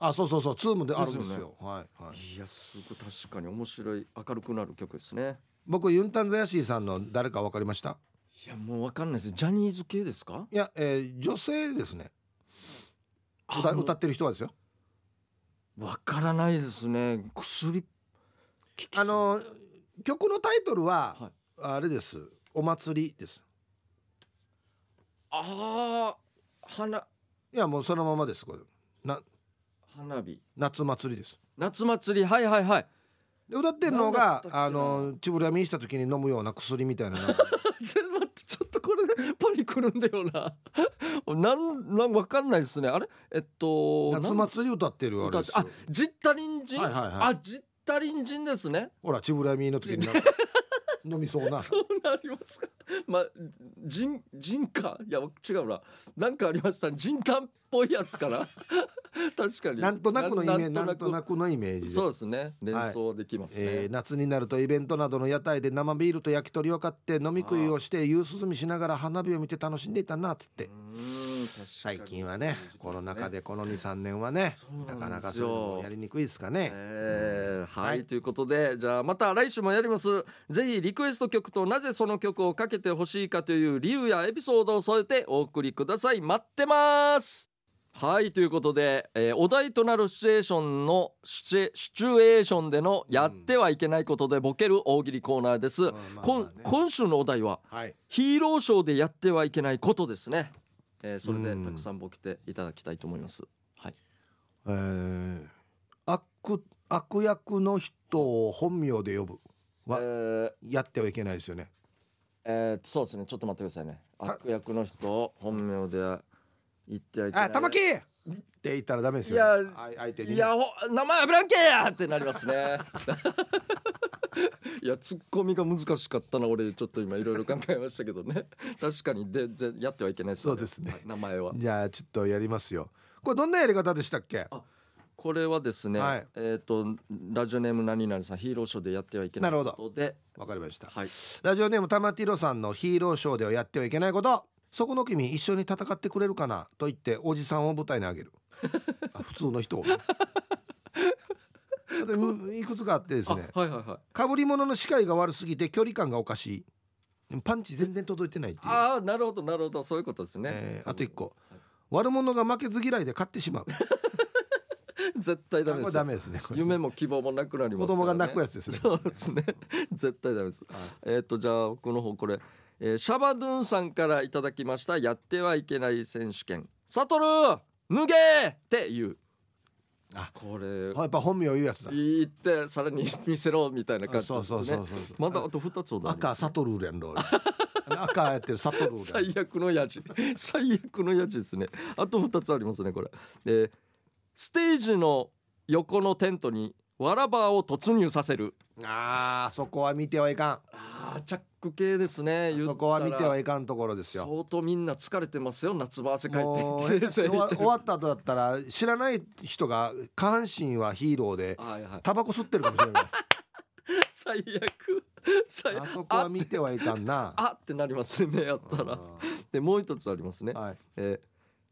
あ、そうそうそう。ツームであるんですですよよ。はいはい。いやすごい確かに面白い明るくなる曲ですね僕ユンタンザヤシーさんの誰かわかりました。いやもうわかんないですジャニーズ系ですかいや、えー女性ですね。歌あの歌ってる人はですよ。わからないですね薬効きそうあの曲のタイトルははいあれです。お祭りです。あー花いやもうそのままですこれ。な花火夏祭りです。夏祭りはいはいはいで歌ってるのなんだっがたっけなあのチブラミした時に飲むような薬みたいな な んかちょっと待ってちょっとこれでパニクるんだよななんなんわかんないですねあれえっと夏なん祭り歌ってるあれ歌っですてよあ。ジッタリンジン、はいはいはいあジッタリンジンですねほら、チブラミの時になんか飲みそうな。そうなりますか。まあ、ジン、ジンか、いや、違うな。なんかありました。ジンタンっぽいやつから。 確かに。なんとなくのイメージ、なんとなく。くのイメージで。そうですね。連想できますね。えー夏になるとイベントなどの屋台で生ビールと焼き鳥を買って飲み食いをして夕涼みしながら花火を見て楽しんでいたなっつってうん確かに最近はねコロナ禍でこの23年はねそうなんですなよかなかそういうのもやりにくいですかねえーはい、はいということでじゃあまた来週もやりますぜひリクエスト曲となぜその曲をかけてほしいかという理由やエピソードを添えてお送りください待ってますはいということで、えーお題となるシチュエーションのシチュエシチュエーションでのやってはいけないことでボケる大喜利コーナーです、まあまあまあこんね今週のお題ははいヒーローショーでやってはいけないことですね、えーそれでうんたくさんボケていただきたいと思います、はいえー悪悪役の人を本名で呼ぶはえーやってはいけないですよねえー、そうですねちょっと待ってくださいね悪役の人を本名で言ってはいけないあ玉木って言ったらダメですよねいやあい相手にねいやほ名前ブランケやってなりますね いやツッコミが難しかったな俺ちょっと今いろいろ考えましたけどね確かにでぜやってはいけないですよ、そうですねはい名前はじゃあちょっとやりますよ。これどんなやり方でしたっけ？これはですね、はいえっ、とラジオネーム何々さんヒーローショーでやってはいけないなるほどことでわかりました。はいラジオネーム玉ティロさんのヒーローショーではやってはいけないこと。そこの君一緒に戦ってくれるかな と言っておじさんを舞台にあげる。あ普通の人をね。っとうんいくつかあってですあねはいはいはいかぶり物の視界が悪すぎて距離感がおかしいパンチ全然届いてないっていうああなるほどなるほどそういうことですね、えーあと一個はい悪者が負けず嫌いで勝ってしまう絶対ダあメこでれすよダメですねこれ夢も希望もなくなりま子すから、ね、供が泣くやつですねそうですね 絶対ダメです、えっ、とじゃあこの方これ、えーシャバドゥンさんからいただきましたやってはいけない選手権サトル脱げーっていうあこれ、あやっぱ本名を言うやつだ言ってさらに見せろみたいな感じですそねうそうそうそうまだあと2つほどありま赤すサトルールやんろ 赤やってるサトルールやん最悪のやじ 最悪のやじですねあと2つありますねこれでステージの横のテントにわらばを突入させるあーそこは見てはいかあーチャック系ですねん言ったらそこは見てはいかんところですよ相当みんな疲れてますよ夏場汗かい もうて先生終言わってる終わった後だったら知らない人が下半身はヒーローではいはいタバコ吸ってるかも しれない最悪最あ悪そこは見てはいかんなあってなりますねやったらでもう一つありますね、うんはいえー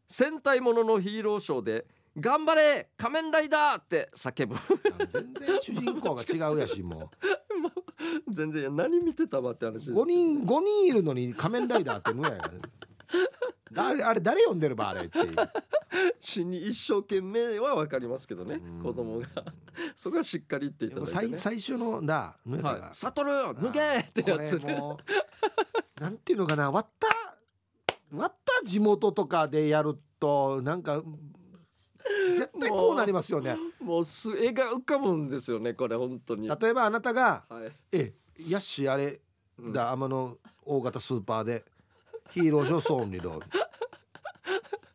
戦隊もののヒーローショーで「頑張れ仮面ライダー!」って叫ぶ 全然主人公が違うやしも全然いや何見てたわって話 ですう5人五人いるのに仮面ライダーって無理やからあれあれ誰呼んでるばあ れっていう死に一生懸命は分かりますけどねうん子供が そこはしっかり言っていただいて、最ね最初のだ「ぬやたはがい、サトル抜け!」ってやつこねれもう なんていうのかな割った割った地元とかでやるとなんか絶対こうなりますよね もうす絵が浮かぶんですよねこれ本当に。例えばあなたがはい「えヤッシーあれうんだ天の大型スーパーでヒーローショーソーンリロー」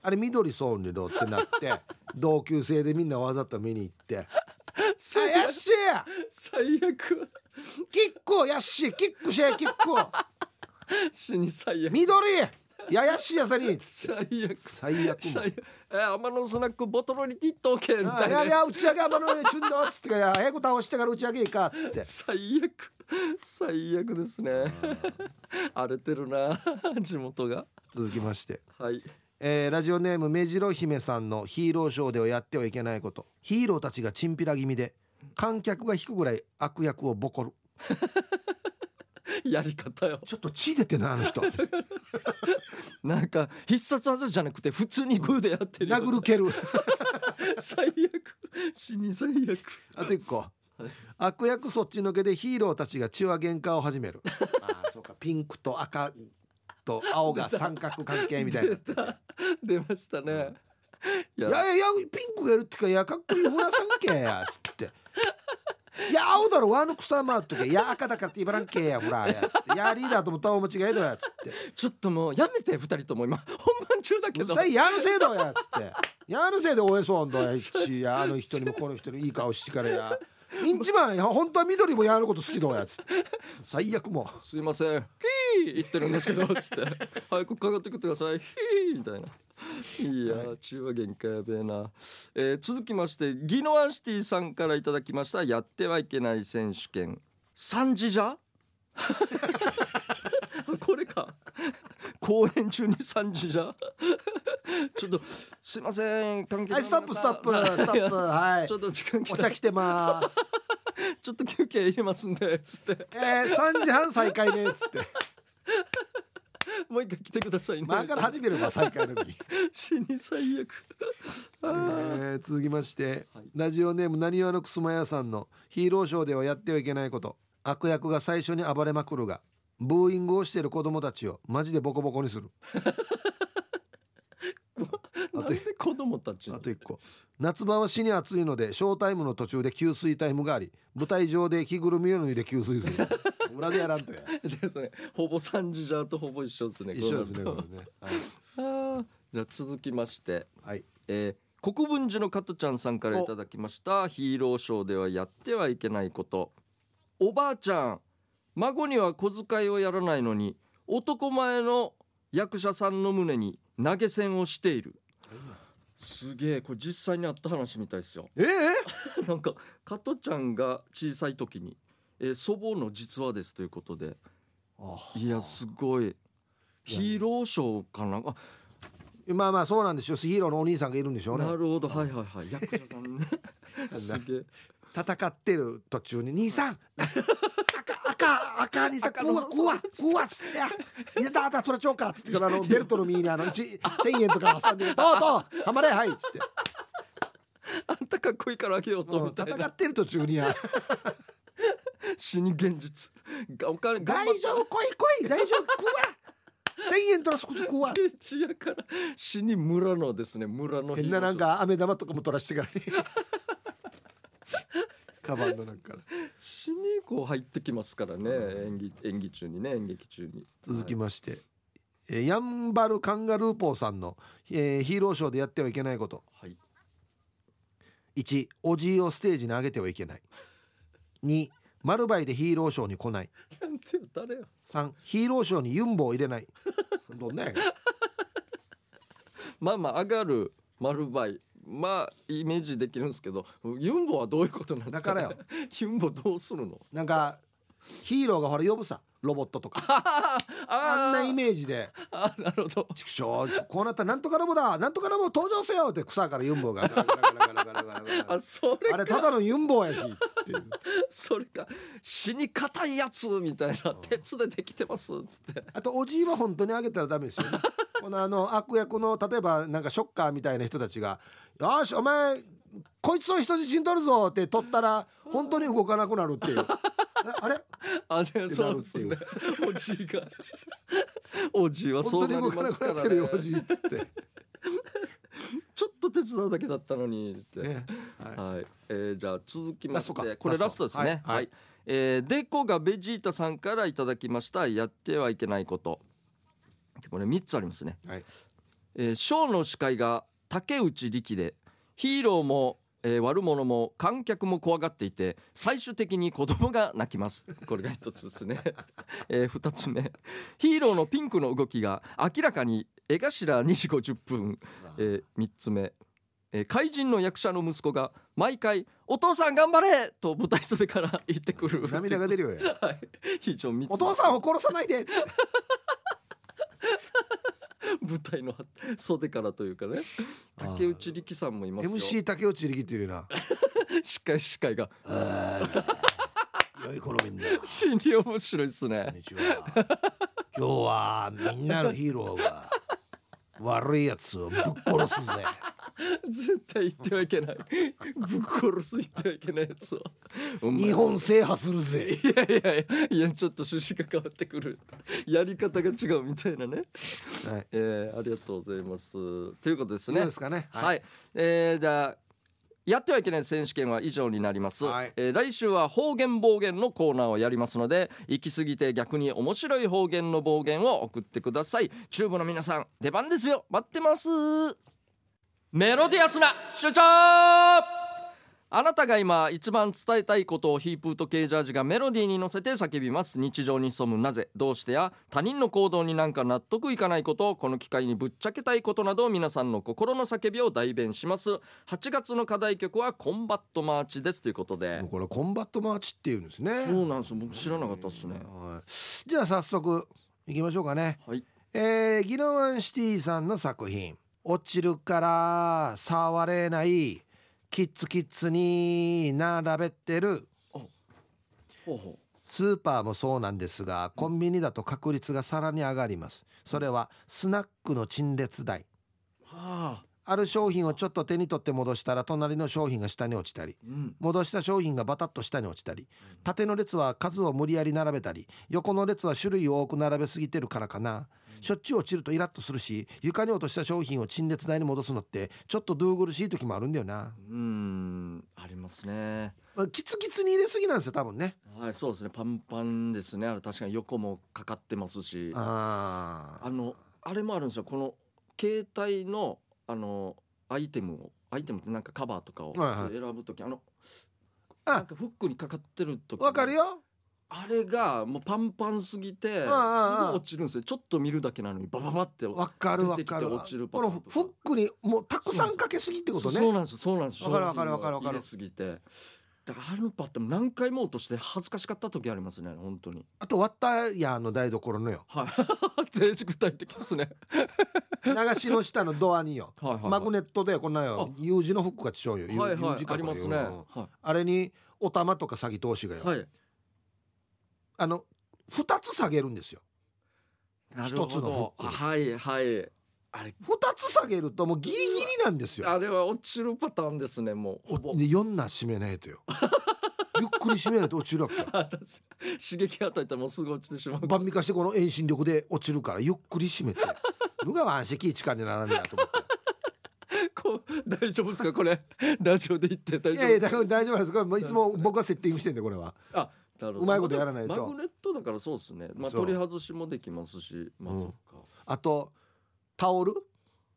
あれ緑ソーンリローって なって同級生でみんなわざと見に行って「あ最ヤッ悪シー最悪キックヤッシーキックしやキック死に最悪緑やヤッシーやさに」最悪最悪も最悪えー天野スナックボトルにティットオーケーみあたいやいいなや打ち上げ甘の上チュンドっつってから早く倒してから打ち上げいいかっつって最悪最悪ですね荒れてるな地元が続きまして、はいえーラジオネーム目白姫さんのヒーローショーではやってはいけないことヒーローたちがチンピラ気味で観客が引くぐらい悪役をボコるやり方よちょっと血出てなあの 人なんか必殺技じゃなくて普通にグーでやってるよ殴る蹴る最悪死に最悪あと一個悪役そっちのけでヒーローたちが血は喧嘩を始める ああそうかピンクと赤と青が三角関係みたいな出た出ましたねいいやいやいやピンクがやるってかいやかっこいいほらさんけやつって「いや青だろワーの草回っとけいや赤だからって言わらんけやほら」やつって「いやリーダーともたお間違えだや」つってちょっともうやめて二人とも今本番中だ「けうるどさいやるせいだや」つって「やるせいでおえそうあん だやいちやあの人にもこの人にいい顔してからや」インチマンや本当は緑もやること好きだやつって最悪も すいません、ヒー言ってるんですけど、つって、早くかかってきてください、ヒーみたいな。いやー、中和限界やべえな。えー続きまして、ギノアンシティさんからいただきました、やってはいけない選手権。三時 じゃこれか。公演中に三時じゃちょっと、すいません、関う「係はいストップストップストップはいちょっと時間来おた茶来てます」ちょっと休憩入れますんで、つって。 「えー、3時半再開ね」つってもう一回来てくださいね。前から始めれば再開の日。死に最悪。えー続きまして、ラジオネームなにわのくすまやさんのヒーローショーではやってはいけないこと悪役が最初に暴れまくるがブーイングをしている子供たちをマジでボコボコにするなんで子供たちにあと一個夏場は死に暑いのでショータイムの途中で給水タイムがあり舞台上で着ぐるみを脱いで給水す る裏でやらんとやですねほぼ三時じゃとほぼ一緒ですね一緒ですねこうなこるれねはいとあーじゃあ続きまして、はいえー、国分寺の加トちゃんさんからいただきましたヒーローショーではやってはいけないことおばあちゃん孫には小遣いをやらないのに男前の役者さんの胸に投げ銭をしているすげえこれ実際にあった話みたいですよ えー、なんか加トちゃんが小さい時に、えー祖母の実話ですということでえいやすごいヒーローショーかなあまあまあそうなんですよヒーローのお兄さんがいるんでしょうね なるほどはいはいはい役者さんねすげえ戦ってる途中に「兄さん赤赤赤兄さん赤うのわうわうわっつって「いやだあだそれちょうか」っつってからあのベルトの右にあの1 1000円とか 挟んで「とうとうはまれはい」っ つってあんたかっこいいからあげようとうんみたい戦なってる途中には死に現実がお金「頑張っ大丈夫来い来い大丈夫食わ1000円取らすこと食わ」現地やから死に村のですね村の変ななんか飴玉とかも取らしてからね カバンのなんか死にこう入ってきますからね演技演技中にね演劇中に続きまして、えーヤンバルカンガルーポーさんの、えーヒーローショーでやってはいけないことはい1おじいをステージに上げてはいけない2丸バイでヒーローショーに来ないなんてよ誰よ3ヒーローショーにユンボを入れないどんなんやまあまあ上がる丸バイまあイメージできるんですけどユンボはどういうことなんですか、ね、だか ユンボどうするのなんかヒーローがほら呼ぶさロボットとかあんなイメージであなるほど「畜生こうなったらなんとかロボだなんとかロボ登場せよ」って草からユンボがガラガラガラガラガラガあラそれあれかただのユンボやしっつってそれか死に硬いやつみたいな鉄でできてますっつってあとおじいは本当にあげたらダメです よねこのあの悪役の例えばなんかショッカーみたいな人たちが「よしお前こいつを人質に取るぞ」って取ったら 本当に動かなくなるっていう。ああれあれそうですねおじい がおじいはそ本当うになり動かまなすかくなっらてるよおねじいっつって、ちょっと手伝うだけだったのに って、ねはいはい、えーじゃあ続きまラスしトかてこれララスストトですねはいはい、はいえーデコがベジータさんからいただきましたやってはいけないことこれ3つありますね、はいえーショーの司会が竹内力でヒーローも、えー悪者も観客も怖がっていて最終的に子供が泣きますこれが一つですね、 え2つ目ヒーローのピンクの動きが明らかに江頭2時50分えー、3つ目、えー怪人の役者の息子が毎回「お父さん頑張れ!」と舞台袖から言ってくる涙が出るよやはい 非常に3つお父さんを殺さないでっつって舞台の袖からというかねあー竹内力さんもいますよ MC 竹内力っていうより司会司会がな「良い頃みんな こ死に面白いですんねにちは今日はみんなのヒーローが悪いやつをぶっ殺すぜ」絶対言ってはいけないぶっ殺す言ってはいけないやつをお前日本制覇するぜいやいやいやいやちょっと趣旨が変わってくるやり方が違うみたいなね、はいえーありがとうございますということですねかねはい、えー、じゃあやってはいけない選手権は以上になります、はいえー来週は方言暴言のコーナーをやりますので行き過ぎて逆に面白い方言の暴言を送ってくださいチューブの皆さん出番ですよ待ってますメロディアスな主張あなたが今一番伝えたいことをヒープーとケージャージがメロディーに乗せて叫びます日常に潜むなぜどうしてや他人の行動になんか納得いかないことこの機会にぶっちゃけたいことなど皆さんの心の叫びを代弁します8月の課題曲はコンバットマーチですということでもうこれコンバットマーチっていうんですねそうなんですよ僕知らなかったですねはいじゃあ早速いきましょうかねはいえー、ギノワンシティさんの作品「落ちるから触れないキッズキッズに並べてる」ほうほスーパーもそうなんですがコンビニだと確率がさらに上がりますそれはスナックの陳列台うはあある商品をちょっと手に取って戻したら隣の商品が下に落ちたりうん戻した商品がバタッと下に落ちたり縦の列は数を無理やり並べたり横の列は種類を多く並べすぎてるからかなしょっちゅう落ちるとイラッとするし床に落とした商品を陳列台に戻すのってちょっとどうぐるしい時もあるんだよなうーんありますねまあキツキツに入れすぎなんですよ多分ねはいそうですねパンパンですねあれ確かに横もかかってますしああのあれもあるんですよこの携帯のあのアイテムをアイテムってなんかカバーとかをはいはい選ぶ時、あのあなんかフックにかかってる時あわかるよあれがもうパンパンすぎてすぐああああ落ちるんですよちょっと見るだけなのにバババってわかるわ出てきかてる落ちるパタこーのンとフかックにもうたくさんかけすぎってこそとうそうねなんですよそうなんですよわかるわかる商わかる品を入れすぎてだからあのパターン何回も落として恥ずかしかった時ありますね本当に あと割ったやの台所のよはい全具体的ですね流しの下のドアによはいはいはいマグネットでこんなよ U 字のフックがちしょうよ U はいは U い字かありこれますねうんはあれにお玉とか詐欺投資がよい、はい、あの2つ下げるんですよなるほど一つのフックはいはいあれ2つ下げるともうギリギリなんですよあれは落ちるパターンですねもうほぼ で4な締めないとよゆっくり締めないと落ちるわけよ私刺激与えたらもうすぐ落ちてしまう 万味化してこの遠心力で落ちるからゆっくり締めて「ぬがわんしき力にならねえや」と思って。こう大丈夫ですかこれラジオで言って大い丈夫やいや大丈夫大丈夫なんですこれもういつも僕がセッティングしてんでこれはあなるほどうまいことやらないとマグネットだからそうですねまあそう取り外しもできますしまあうんそっか、あとタオル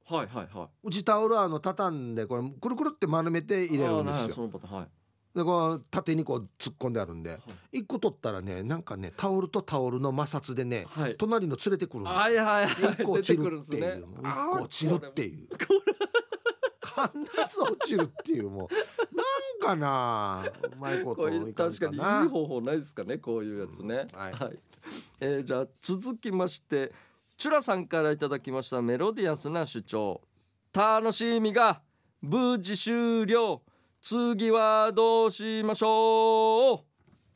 はいはいはうちタオルはあの畳んでこれくるくるって丸めてい入れるんであーすはいよそのパターンはいでこう縦にこう突っ込んであるんでは一個取ったらねなんかねタオルとタオルの摩擦でねはい隣の連れてくるんですよはいはいはい一個落ちるっ出くているんうですね一個落ちるっていう必ず落ちるっていうもうなんかなうまいこあーとこれこういう確かにいいい方法ないですかねこういうやつね、うんはいえーじゃあ続きましてチュラさんからいただきましたメロディアスな主張楽しみが無事終了次はどうしましょう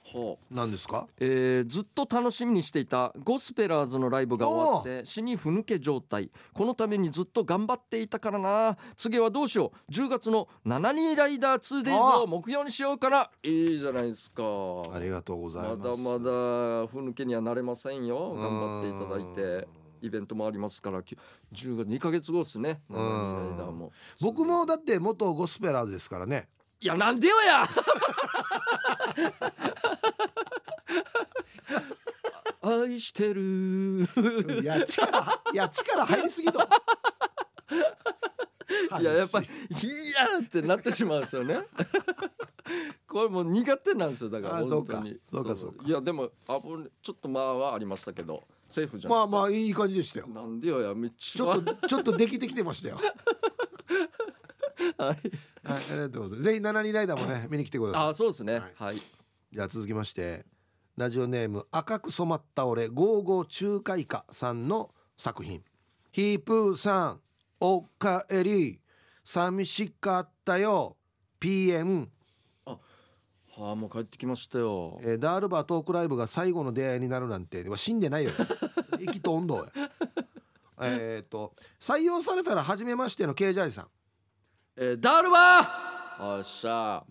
ほうなんですかえーずっと楽しみにしていたゴスペラーズのライブが終わって死にふぬけ状態このためにずっと頑張っていたからな次はどうしよう10月の72ライダー 2days あを目標にしようからいいじゃないですかありがとうござまいますだまだふぬけにはなれませんようん頑張っていただいてイベントもありますからき10月2ヶ月後ですねうん72ライダーも僕もだって元ゴスペラーズですからねいやなんでよ や愛してるいや力いや力入りすぎといややっぱり「いや!」ってなってしまうんですよ ねこれもう苦手なんですよだからあー本当にそうかそうかそうかいやでもあぶねちょっとまあはありましたけどセーフじゃないで まあすか、まあいい感じでしたよなんでよやめっちちゃょっとちょっとできてきてましたよ はいはいありがとうございますぜひ七人ライダーもね見に来てくださいあーそうですねはいはいじゃあ続きましてラジオネーム赤く染まった俺ゴーゴー中華イカさんの作品「ヒープーさんおかえり寂しかったよ PM」はあもう帰ってきましたよえーダールバートークライブが最後の出会いになるなんてうわ死んでないよ 生きと温度やえっと採用されたら初めましての K ジャージさんえー、ダルバーおっしゃ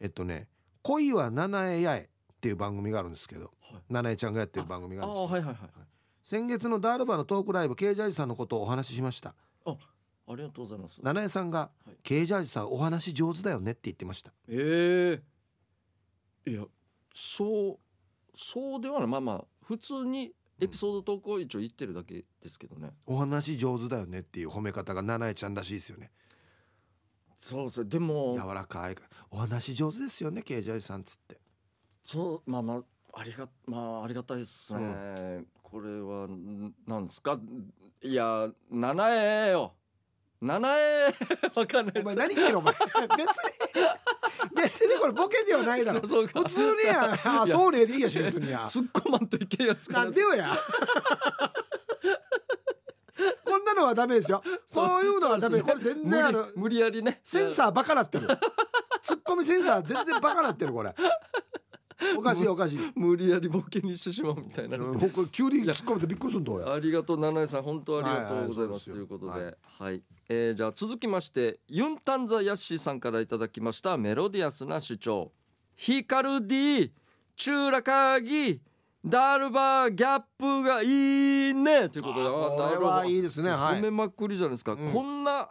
えっとね「恋は七重八重」っていう番組があるんですけど、はい七重ちゃんがやってる番組あがあるんですーけどはいはいはい先月のダールバーのトークライブ K ジャージさんのことをお話ししましたありがとうございます七重さんがはい「K ジャージさんお話上手だよね」って言ってましたええいやそうそうではないまあまあ普通にエピソード投稿一応言ってるだけですけどね、お話上手だよねっていう褒め方が七重ちゃんらしいですよねそうそうでも柔らかいお話上手ですよね K ジャージさんっつってそうまあまあありがまあありがたいですね、これはんなんですかいや七重よ七重 わかんないおで前す何言ってる お前別に別にこれボケではないだろそうそうか普通にやあいやそうねでいいやし別にや突っ込まんといけんやつかなんで よやこんなのはダメですよそういうのはダメこれ全無理然あの無理やりねセンサーバカなってる。ツッコミセンサー全然バカなってるこれ。おかしいおかしい。無理やりボケにしてしまうみたいな、僕急に突っ込むとびっくりするんだよ。ありがとう七重さん本当ありがとうございはいはまいす、そうですよということでは、はいえーじゃあ続きましてユンタンザヤッシーさんからいただきましたメロディアスな主張ヒカルディチューラカギダルバーギャップがいいねということであこなれるほどはいいですね。は褒めい。まくりじゃないですか、うんこんな、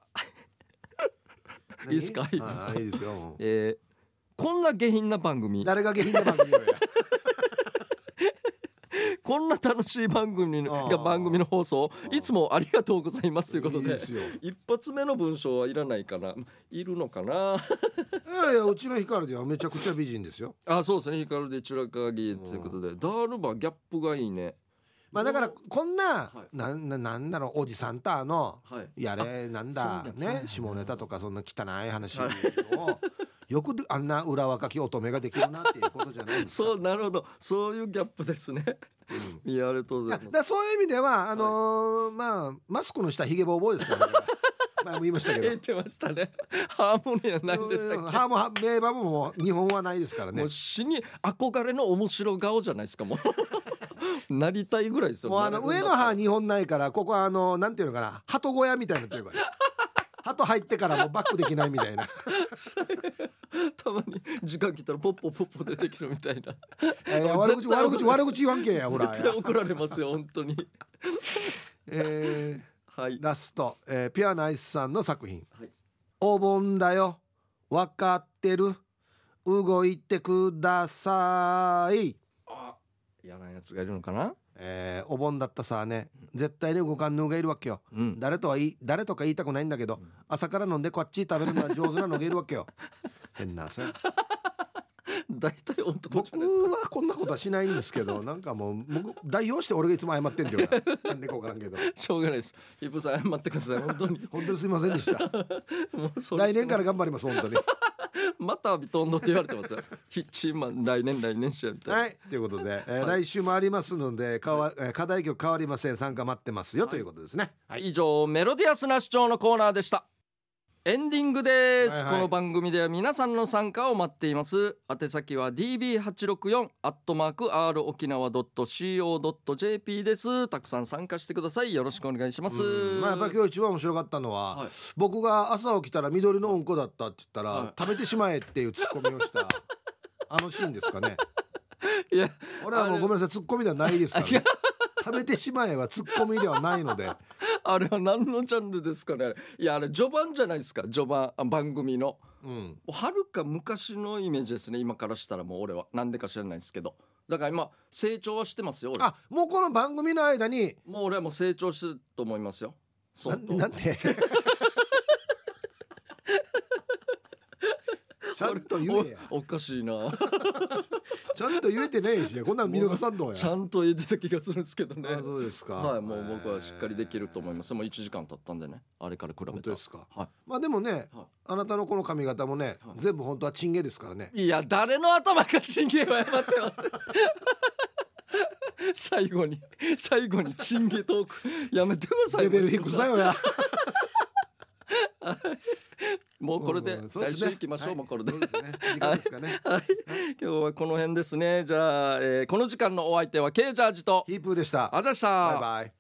いいですかいいですかあいいですよ。えーこんな下品な番組誰が下品な番組よ。こんな楽しい番組あのーが番組の放送あーいつもありがとうございますということでいいですよ。一発目の文章はいらないかないるのかないやいやうちのヒカルではめちゃくちゃ美人ですよ。あそうですねヒカルでチュラカギということで、ダールバーギャップがいいねまあだからこんなはいなんななんだろうおじさんとあのはいやれなんだそうだはいはいねはい下ネタとかそんな汚い話を よくで あんな裏若き乙女ができるなっていうことじゃないですか。そうなるほどそういうギャップですねいやありがとうごいざやいだかますらそういう意味ではあのーまあマスクの下ひげぼうぼうですからね前も言いました けど 言ってましたねハーモニアないでしたっけハーモ名馬ももう日本はないですからねもう死に憧れの面白顔じゃないですかも うなりたいぐらいですよもうあの上の歯日本ないからここはあのなんていうのかな鳩小屋みたいになって るから鳩入ってからもうバックできないみたいな たまに時間来たらポッポポッポ出てきるみたいないやいや悪口絶対悪口悪口言わんけやほら絶対怒られますよ本当にえはいーラスト、えーピュアナイスさんの作品はい「お盆だよ分かってる動いてください」あ嫌なやつがいるのかなえーお盆だったさね絶対に動かんのがいるわけようん誰とは言い誰とか言いたくないんだけど朝から飲んでこっち食べるのは上手なのがいるわけよ変なさ大体男じゃ僕ないですかはこんなことはしないんですけどなんかもう僕代表して俺がいつも謝ってんだよななんでか分からんけどしょうがないですヒップさん謝ってください本当に本当にすいませんでしたもうそれ来年から頑張ります本当に また浴びとんのって言われてますよ ヒッチンマン来年来年しやみたいな、はいということで、えー来週もありますのでかわ、えー課題曲変わりません参加待ってますよ、ということですね以上メロディアスな主張のコーナーでしたエンディングです、はいはいこの番組では皆さんの参加を待っています宛先は db864 アットマーク r 沖縄 .co.jp ですたくさん参加してくださいよろしくお願いしますうんまあやっぱり今日一番面白かったのは、はい僕が朝起きたら緑のうんこだったって言ったら、はい食べてしまえっていうツッコミをした あのシーンですかねいや俺はもうごめんなさいツッコミではないですから、あいやね、食べてしまえはツッコミではないのであれは何のジャンルですかねいやあれ序盤じゃないですか序盤あ番組のうんはるか昔のイメージですね今からしたらもう俺はなんでか知らないですけどだから今成長はしてますよ俺あもうこの番組の間にもう俺はもう成長してると思いますよ相な当なん てちゃんと言えやおおかしいなちゃんと言えてねえしこんなん見逃さんどうやちゃんと言えてた気がするんですけどねあそうですかはいもう僕はしっかりできると思いますもう1時間経ったんでねあれから比べ本た当らですかはまあでもね、はあなたのこの髪型もね、はい全部本当はチンゲですからね。いいや誰の頭かチンゲはや待って待って 最後に最後にチンゲトークやめてくださいレベル低さよや。 もうこれでうんそう来す週ね行きましょう、もうこれではいそうですね時間ですかね。はい、今日はこの辺ですね。じゃあ、えーこの時間のお相手はケイジャージとヒープーでした。アザシタバイバイ。